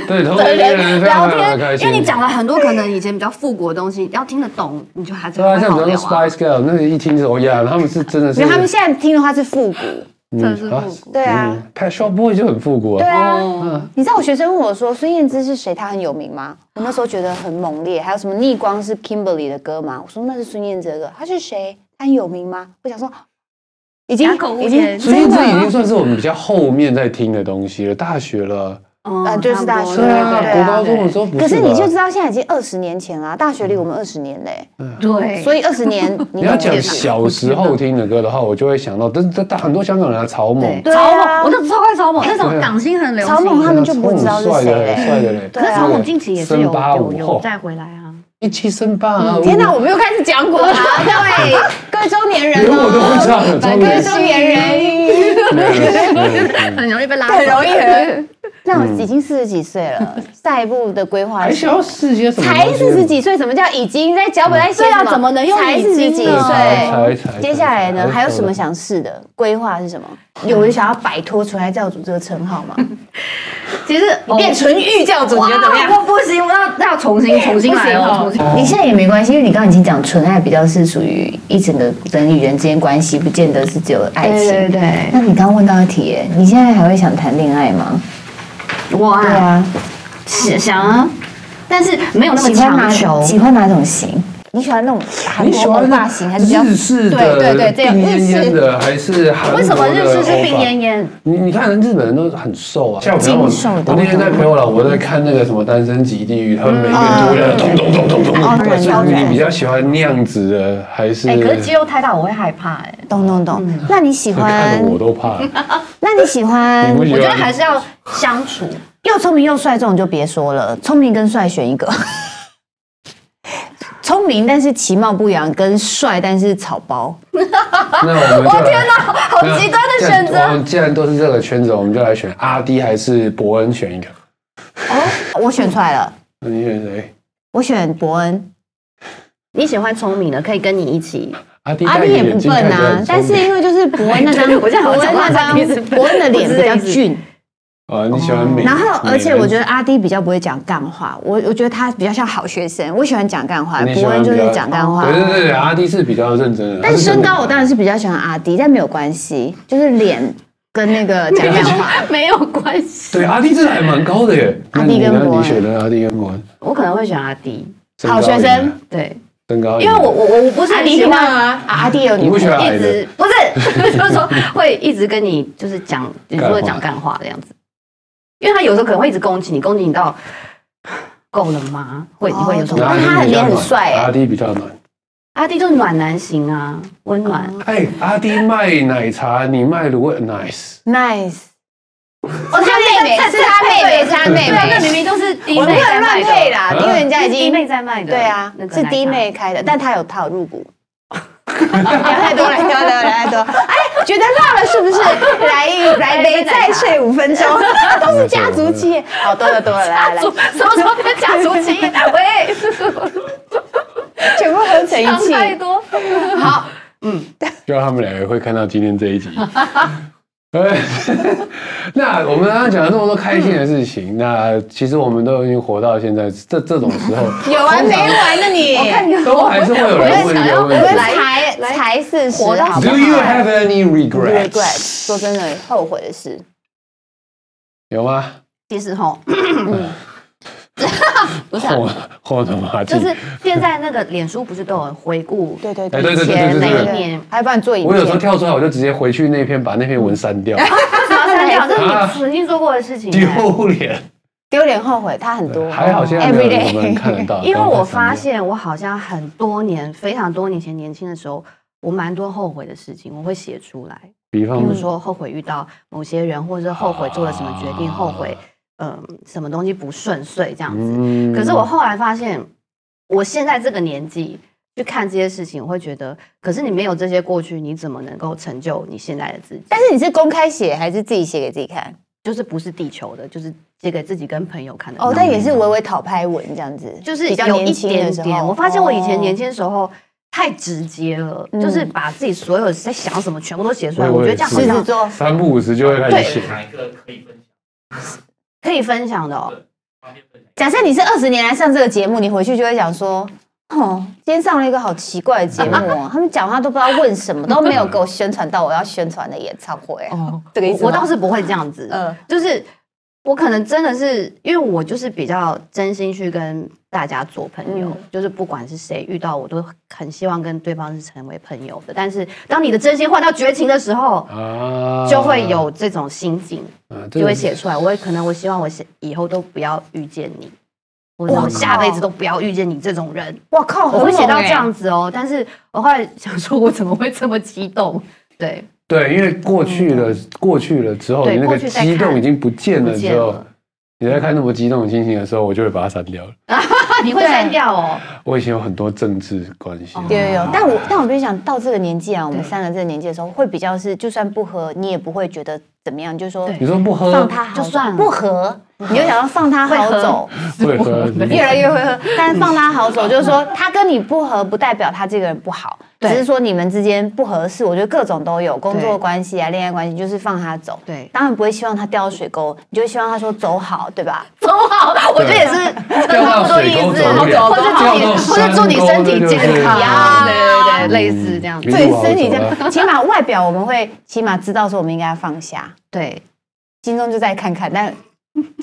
S4: 对，同
S3: 的
S4: 龄
S3: 人
S4: 人非常
S3: 聊
S4: 非常的开
S3: 天，因
S4: 心。
S3: 为你讲了很多可能以前比较复古的东西，要听得懂，你就还是
S4: 对啊，
S3: 会
S4: 像
S3: 好
S4: 比
S3: 聊
S4: 如说
S3: 啊
S4: Spice Girl，那个一听就哦呀，他们是真的是
S6: 没有，他们现在听的话是复古，
S4: 嗯
S3: 真的是复古
S6: 对啊，
S4: 嗯 Pet Shop Boy 就很复古
S6: 对
S4: 啊。
S6: 啊。
S3: 哦，
S6: 你知道我学生问我说孙燕姿是谁，她很有名吗？我那时候觉得很猛烈。还有什么逆光是 Kimberly 的歌吗？我说那是孙燕姿的歌，她是谁？她很有名吗？我想说，已经
S3: 哑口无
S6: 已经
S3: 言
S4: 所以
S6: 真的啊
S4: 这已经算是我们比较后面在听的东西了，大学了。
S3: 嗯
S6: 呃就是大学
S4: 对啊，
S6: 对
S4: 国高中的时候不
S6: 可是
S4: 吧
S6: 你就知道现在已经二十年前了、啊大学离我们二十年嘞、
S3: 嗯对，
S6: 所
S3: 以
S6: 以二十 年你
S4: 你要
S6: 很
S4: 讲
S6: 年轻
S4: 小时候听的歌的话，我就会想到，但是但很多香港人啊，草蜢，
S3: 对
S6: 对啊
S3: 草蜢，我就超爱草蜢，那时候港星很流行，
S6: 草蜢他们就
S4: 啊草蜢
S6: 不知道是
S4: 嗯帅
S6: 谁
S4: 的嘞，
S6: 嘞。
S4: 帅的嘞。
S6: 对
S3: 可是
S6: 啊
S3: 草蜢近期也是
S4: 森
S3: 有
S4: 巴
S3: 有
S4: 舞
S3: 有
S4: 后
S3: 再回来啊，
S4: 一七森八啊！
S6: 嗯天哪，我们又开始讲古 了，各位各位中年人
S4: 连我都
S6: 哦，
S4: 会唱了，
S6: 各
S4: 终于
S6: 位中年人。
S4: 对
S3: 很容易被拉
S6: 很容易很。那
S4: 嗯
S6: 我已经四十几岁了， 下一步的规划
S4: 还
S6: 是
S4: 想要试些什么？
S6: 才四十，几岁，什么叫已经在脚本在写
S3: 对啊
S6: 什么
S3: 怎么能用
S6: 才
S3: 已
S6: 四十
S3: 经
S6: 几
S3: 呢
S6: 岁？
S4: 才才才。
S6: 接下来呢，
S4: 才
S6: 还有什么？想试的规划是什么？有人想要摆脱纯爱教主这个称号 吗？
S3: 其实
S6: 你变纯欲教主，你觉得怎么样？
S3: 哇我不行，我要要重新重新来哦，重新
S6: 你现在也没关系，因为你刚刚已经讲纯爱比较是属于一整个人与人之间关系，不见得是只有爱情。
S3: 对对对，
S6: 那你刚刚问到一题耶，你现在还会想谈恋爱吗？
S3: 我
S6: 对
S3: 啊
S6: 啊，
S3: 想想啊，但是没有那么
S6: 喜欢
S3: 强
S6: 哪
S3: 求
S6: 种？。喜欢哪种型？你喜欢那种韩
S4: 你喜
S6: 国
S4: 欢
S6: 欧巴型，还是比较
S4: 日式的？
S6: 对对对，这样
S4: 病
S6: 日
S4: 恹恹
S6: 式。
S4: 的还是韩国
S3: 为什么
S4: 的
S3: 日式是
S4: 欧巴
S3: 病恹恹？
S4: 你你看，日本人都很瘦啊，像我朋
S6: 精
S4: 友
S6: 瘦的
S4: 我那天在陪我老婆在看那个什么《单身即地狱》，他们每个人都会在
S2: 嗯
S4: 那咚咚咚咚咚
S6: 哦
S4: 咚。对，所
S6: 当然
S4: 以你比较喜欢那样子的，还是？
S3: 哎，可是肌肉太大，我会害怕哎。
S6: 懂懂懂。那你喜欢
S4: 看的？我都怕。
S2: 嗯
S6: 那你喜欢
S4: 你不喜
S3: 我
S4: 欢
S3: 觉得还是要相处，
S6: 又聪明又帅这种就别说了，聪明跟帅选一 个。聪明但是其貌不扬，跟帅但是草包。
S4: 那我
S2: 哦
S4: 们我天哪，好
S3: 极端的选择
S4: 我们既然都是这个圈子，我们就来选阿迪还是伯恩选一个。
S6: 哦，我选出来了，
S4: 那你选谁？
S6: 我选伯恩。
S3: 你喜欢聪明的，可以跟你一起
S4: 阿弟
S2: 阿弟也
S4: 也
S2: 不笨啊，但是因为就是伯恩那张，
S3: 对
S2: 伯
S3: 我这样好
S2: 恩
S3: 像
S2: 那
S3: 阿弟是
S2: 张，
S3: 笨
S2: 伯恩的脸比较
S3: 不是
S2: 俊，
S4: 啊，你喜欢美，
S2: 哦然后而且
S4: 美人
S2: 我觉得阿弟比较不会讲干话，我我觉得他比较像好学生，我喜欢讲干话，
S4: 你喜
S2: 伯
S4: 欢
S2: 恩
S4: 比
S2: 就
S4: 较
S2: 是讲干话
S4: 对。对对，对阿弟是比较认真的，
S2: 但
S4: 他
S2: 身高我当然是
S4: 是
S2: 比较喜欢阿弟，但没有关系，就是脸跟那个讲 干话。
S3: 没有关系。
S4: 真的对阿弟真的还蛮高的耶。
S2: 阿弟
S4: 那你呢
S2: 跟伯恩
S4: 你选的阿弟跟伯恩，
S3: 我可能会选阿迪，
S4: 身高
S2: 好学生
S4: 赢了，
S3: 对，
S4: 身高赢
S3: 因为
S4: 了
S3: 我我我我不是
S2: 阿
S3: 很
S2: 弟
S3: 喜
S2: 听到
S3: 欢
S2: 吗？啊阿弟有
S4: 你
S2: 女
S4: 不喜
S2: 朋
S4: 欢
S2: 友，
S4: 矮
S3: 一
S4: 的
S3: 直不是， 就是说会一直跟你就是讲，有时候会讲干话这样子，因为他有时候可能会一直攻击你，攻击你到够了吗？会你会有时
S2: 哦
S3: 候
S4: 阿弟比较
S2: 他的脸很
S4: 暖
S2: 帅耶
S4: 阿弟比较暖。
S3: 阿弟就是暖男型啊，温暖。
S4: 哎，阿弟卖奶茶，你卖卤味，nice。
S2: nice。哦，他妹妹
S3: 这
S2: 是他妹妹，
S3: 对
S2: 是他妹
S3: 对啊，那
S2: 妹。
S3: 明明就是弟
S2: 我不
S3: 妹
S2: 能
S3: 在
S2: 乱
S3: 卖
S2: 配
S3: 的，
S2: 啦，
S4: 啊
S2: 因为人家
S3: 是
S2: 已
S3: 弟
S2: 经
S3: 妹在卖的。
S2: 对啊，
S3: 那个
S2: 是
S3: 奶茶
S2: 弟妹开的，但他有套入 股。聊太多了，聊太多了，聊太多。哎，觉得辣了是 不是？来一来一杯，再睡五分 钟，都是家族企业。好多了，多了，来来，来
S3: 什么时候变家族 企业？喂，
S2: 全部合成一
S3: 想
S2: 气。
S3: 太多。好，
S4: 希望他们两个会看到今天这一集。哎那我们刚刚讲了那么多开心的事情，那其实我们都已经活到现在，这这种时候
S2: 有完没完呢你？我看你
S4: 都还是会有人问一个问
S2: 我们
S4: 题
S2: 才才四十，
S3: 活到
S2: 好不好
S4: ：Do you have any regrets？
S2: regret？说真的，后悔的事。
S4: 有吗？
S3: 其实吼，不是啊
S4: 后后的马
S3: 就
S4: 季，
S3: 是现在那个脸书不是都有回 顾
S2: 对对
S4: 哎对对
S2: 以
S4: 对
S2: 前
S4: 对
S3: 每
S4: 对
S3: 一
S4: 对。
S3: 年，
S2: 还帮你做影
S4: 我有时候
S2: 片。
S4: 跳出来，我就直接回去那篇，把那篇文删 掉，
S3: 只要删掉，这是你曾经做过的事情。
S4: 丢脸。
S2: 丢脸后悔，他很多。
S4: 还好现在没有人我们看得到，
S3: 因为
S4: 刚刚
S3: 我
S4: 才删
S3: 发
S4: 掉
S3: 现，我好像很多年，非常多年前年轻的时候，我蛮多后悔的事情，我会写出来。
S4: 比方
S2: 嗯
S3: 比如说后悔遇到某些人，或者是后悔做了什么决定，
S4: 啊
S3: 后悔嗯什么东西不顺遂这样子。
S4: 嗯
S3: 可是我后来发现，我现在这个年纪去看这些事情，我会觉得，可是你没有这些过去，你怎么能够成就你现在的自己？
S2: 但是你是公开写还是自己写给自己看？
S3: 就是不是地球的，就是写给自己跟朋友看的那种。
S2: 哦，但也是微微讨拍文这样子，
S3: 就是
S2: 比较
S3: 有
S2: 年
S3: 一
S2: 轻的
S3: 点
S2: 时
S3: 点。
S2: 候。
S3: 我发现我以前年
S2: 轻，
S3: 轻的时候太直接了，
S2: 嗯
S3: 就是把自己所有在想什么全部都写出来。
S4: 我
S3: 我觉得
S4: 也
S3: 这样
S4: 是
S3: 好
S2: 狮子
S3: 像
S2: 座
S4: 嗯三不五时就会开始写。
S1: 哪一个可以分享？
S3: 可以分享的、哦。
S1: 方便分享。
S2: 假设你是二十年来上这个节目，你回去就会讲说。哦，今天上了一个好奇怪的节目 哦，他们讲话都不知道问什么，都没有给我宣传到我要宣传的演唱会。哦，这个意思
S3: 我我
S2: 吗
S3: 倒是不会这样子，
S2: 嗯
S3: 就是我可能真的是因为我就是比较真心去跟大家做朋友，就是不管是谁遇到我，都很希望跟对方是成为朋友的。但是当你的真心换到绝情的时候，
S4: 啊
S3: 就会有这种心境。
S4: 啊这
S3: 就
S4: 个
S3: 会写出来。我也可能我希望我写以后都不要遇见你，或者我下辈子都不要遇见你这种人，
S2: 哇靠，
S3: 我会写
S2: 很
S3: 到这
S2: 猛
S3: 样子哦。但是我后来想说，我怎么会这么激动？对，
S4: 对，因为过去了，过去了之后，
S3: 嗯对
S4: 你那
S3: 过
S4: 个
S3: 去再
S4: 激动
S3: 看
S4: 已经不见了
S3: 不
S4: 之
S3: 见
S4: 后
S3: 了，
S4: 你在看那么激动的心情的时候，我就会把它删掉了。
S3: 啊，你会删掉哦。
S4: 我以前有很多政治关系，
S2: 有有有，
S3: 啊
S2: 但我但我必须讲，到这个年纪啊，我们
S3: 对
S2: 三个这个年纪的时候，会比较是，就算不合，你也不会觉得怎么样，就是说
S3: 对
S4: 你说不喝
S2: 放他好
S3: 就算了嗯
S2: 不合，你就想要放他好走，
S4: 会喝，
S2: 越来越 会喝，但是放他好走，就是说他跟你不合，不代表他这个人不好，只
S3: 对
S2: 是说你们之间不合适，我觉得各种都有，工作关系啊、恋爱关系，就是放他走。
S3: 对
S2: 当然不会希望他掉到水沟，你就会希望他说走好，对吧？
S3: 走好，我这也是差不多意
S4: 掉到水沟
S3: 思，
S4: 走不了
S3: 或者祝你，或者祝你身体健康
S1: 啊
S2: 掉到山沟
S3: 对对对，类
S4: 嗯
S3: 似这样子
S4: 一。
S2: 所以
S4: 路好
S2: 身体这
S4: 走啊
S2: 样，起码外表我们会起码知道说我们应该放下，
S3: 对，
S2: 心中就再看看，但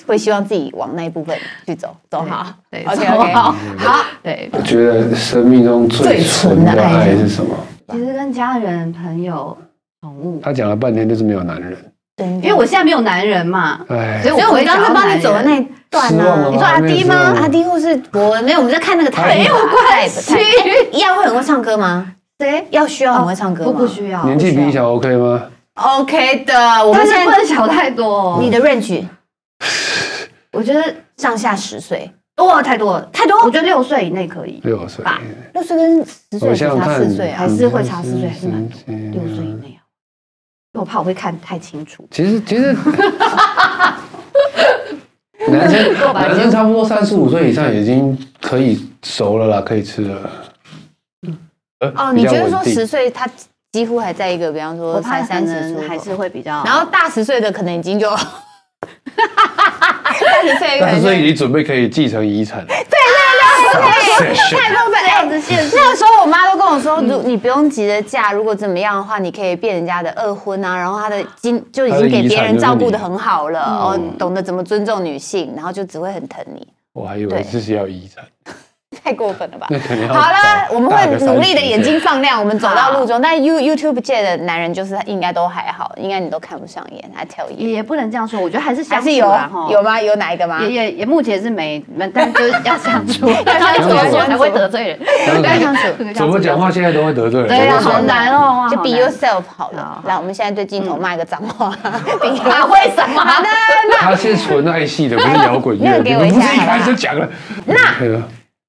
S2: 会希望自己往那一部分去走，走好。
S3: 对
S2: OK，OK
S3: 走好，好，对。
S4: 我觉得生命中最纯的爱是什么？
S3: 其实跟家人、朋友、宠物，
S4: 他讲了半天就是没有男人，
S2: 因
S3: 因为我现在没有男人嘛，
S4: 哎
S3: 所以，
S2: 嗯所以我
S3: 我
S2: 们刚刚帮你走的那一段
S4: 失望
S2: 呢、
S4: 了
S2: 你说阿迪吗？
S4: 还没有
S2: 阿迪或是伯恩？没有，我们在看那个 type 啊
S4: 没有
S2: type，type 哎要会很会唱歌吗？
S3: 谁
S2: 要需要很啊会唱歌吗？
S3: 不不需要，
S4: 年纪比你小 OK 吗？
S2: OK 的，我们
S3: 但是
S2: 现
S3: 不
S2: 在
S3: 能小太多、哦。
S2: 你的 range
S3: 我觉得
S2: 上下十岁，
S3: 哇太多了，
S2: 太多
S3: 我觉得六岁以内可以，
S4: 六岁，
S3: 吧
S2: 六岁跟十岁
S4: 我
S2: 有
S4: 想想
S2: 差
S4: 看
S2: 四岁，啊
S3: 还。是会差四岁还是蛮多
S4: 嗯
S3: 六岁以内啊，因为我怕我会看太清楚。
S4: 其实其 实，男生男生差不多三十五岁以上已经可以熟了啦，可以吃了。呃
S2: 哦，
S4: 比
S2: 你
S4: 较
S2: 觉得
S4: 稳
S2: 说
S4: 定
S2: 十岁他几乎还在一个，比方说
S3: 我
S2: 才
S3: 怕可
S2: 三十
S3: 能
S2: 出
S3: 还
S2: 头
S3: 是会比较，
S2: 然后大十岁的可能已经就，三十岁可
S4: 但
S2: 能
S4: 是
S2: 就
S4: 所以你准备可以继承遗产，对对对，
S2: 太过分了。
S3: 子现实
S2: 那个时候，我妈都跟我说，如你不用急着嫁，如果怎么样的话，你可以变人家的二婚啊，然后她的经就已经给别人照顾的很好了，哦，懂得怎么尊重女性，然后就只会很疼你，
S4: 我还以为自己要遗产，
S2: 太过分了吧？
S4: 那肯定要
S2: 好了，
S4: 找
S2: 我们
S4: 大个
S2: 会努力的
S4: 30
S2: 眼睛放亮，我们走到路中。但 You YouTube 界的男人就是应该都还好，应该你都看不上眼，I tell
S3: 也
S2: you，
S3: 也不能这样说，我觉得还是
S2: 还
S3: 相
S2: 是
S3: 处
S2: 有啊
S3: 啦哈。
S2: 有吗？有哪一个吗？
S3: 也也也目前是没，但就是要 相处，要
S2: 相处要相处
S3: 才会得罪人，
S4: 相处
S3: 要相处，
S4: 怎么讲话现在都会得罪人，
S3: 对啊，
S4: 怎么
S3: 好
S4: 讲
S3: 难哦，哇
S2: 就
S3: 好
S2: be
S3: 难
S2: yourself 好嗯了
S3: 好。
S2: 来，我们现在对镜头骂一个脏 话，啊
S3: 哪会什么呢？
S4: 他是纯爱系的，不是摇滚
S2: 那
S4: 乐，
S2: 个给
S4: 你
S2: 我
S4: 们
S2: 一
S4: 不
S2: 下
S4: 是一开始讲了？啊那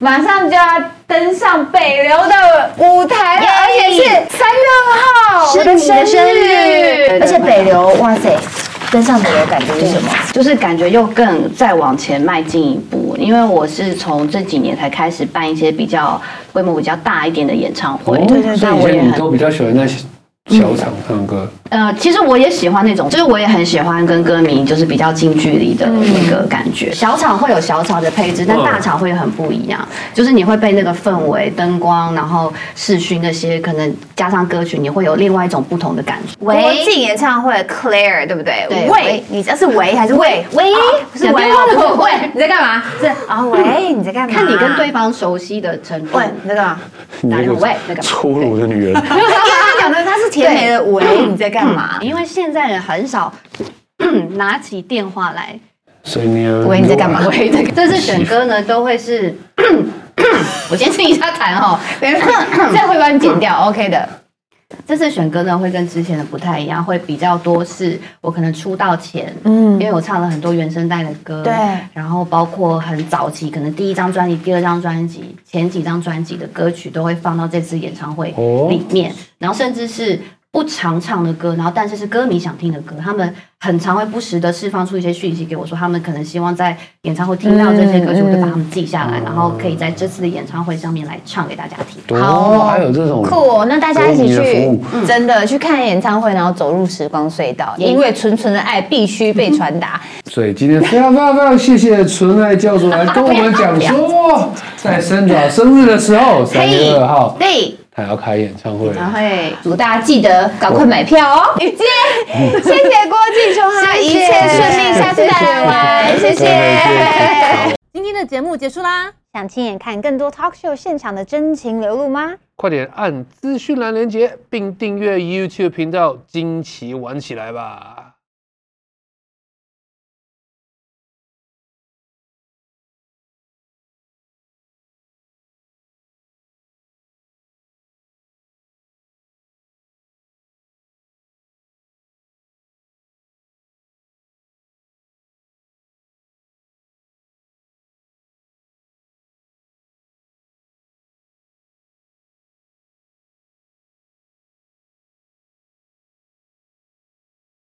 S2: 马上就要登上北流的舞台了，而且是三月二号，
S3: 是
S2: 我的
S3: 你的生
S2: 日
S3: 日
S2: 而且北流，哇塞，登上北流感觉是 什么？
S3: 就是感觉又更再往前迈进一步，因为我是从这几年才开始办一些比较规模比较大一点的演唱会，
S4: 哦所
S3: 那
S4: 以以
S3: 我也
S4: 前你
S3: 很
S4: 都比较喜欢在小场唱歌，
S3: 呃，其实我也喜欢那种，就是我也很喜欢跟歌迷就是比较近距离的那个感觉。小场会有小场的配置，但
S4: 嗯
S3: 大场会很不一样，就是你会被那个氛围、灯光，然后视讯那些，可能加上歌曲，你会有另外一种不同的感觉。
S2: 国际演唱会 Claire 对不对？喂
S3: 对喂，
S2: 你这是喂还是喂？喂，不是
S3: 两
S2: 喂
S3: 边
S2: 哦，
S3: 都是
S2: 不是
S3: 喂
S2: 喂，你在干嘛？是啊，喂，你在干嘛？
S3: 看你跟对方熟悉的程度。
S2: 喂，你在干嘛？
S4: 你那
S3: 哪个位
S4: 个
S3: 那个
S4: 粗鲁的女人，
S2: 因为他讲的他是甜美的喂，你在干嘛？
S3: 因为现在人很少 拿起电话来
S4: 所以你要啊
S2: 喂，你在干嘛？？喂，你在
S3: 这次选歌呢，都会是， 我先清一下痰哦。
S2: 这样会帮你剪掉，OK 的。
S3: 这次选歌呢，会跟之前的不太一样，会比较多是我可能出道前，嗯，因为我唱了很多原声带的歌，
S2: 对
S3: 然后包括很早期，可能第一张专辑、第二张专辑、前几张专辑的歌曲都会放到这次演唱会
S4: 哦
S3: 里面，然后甚至是。不常唱的歌，然后但是是歌迷想听的歌，他们很常会不时的释放出一些讯息给我，说他们可能希望在演唱会听到这些歌曲，我就把它们记下来，然后可以在这次的演唱会上面来唱给大家听。
S4: 哦，还有这种
S2: 酷哦！那大家一起
S4: 服务你的服
S2: 去
S4: 务，
S2: 真的去看演唱会，然后走入时光隧道，因为纯纯的爱必须被传达。
S4: 所以今天非常非常非常谢谢纯爱教主来跟我们讲说，在生早生日的时候，三月二号，
S2: 对，
S4: 他要开演唱会了。
S3: 然后会
S2: 祝大家记得呃赶快买 票哦！雨杰，
S6: 嗯
S2: 谢谢郭靖雄，哈，一切顺利，下次再来玩，谢谢。
S1: 今天的节目结束啦，
S6: 想亲眼看更多 talk show 现场的真情流露吗？
S5: 快点按资讯栏连接，并订阅 YouTube 频道，惊奇玩起来吧！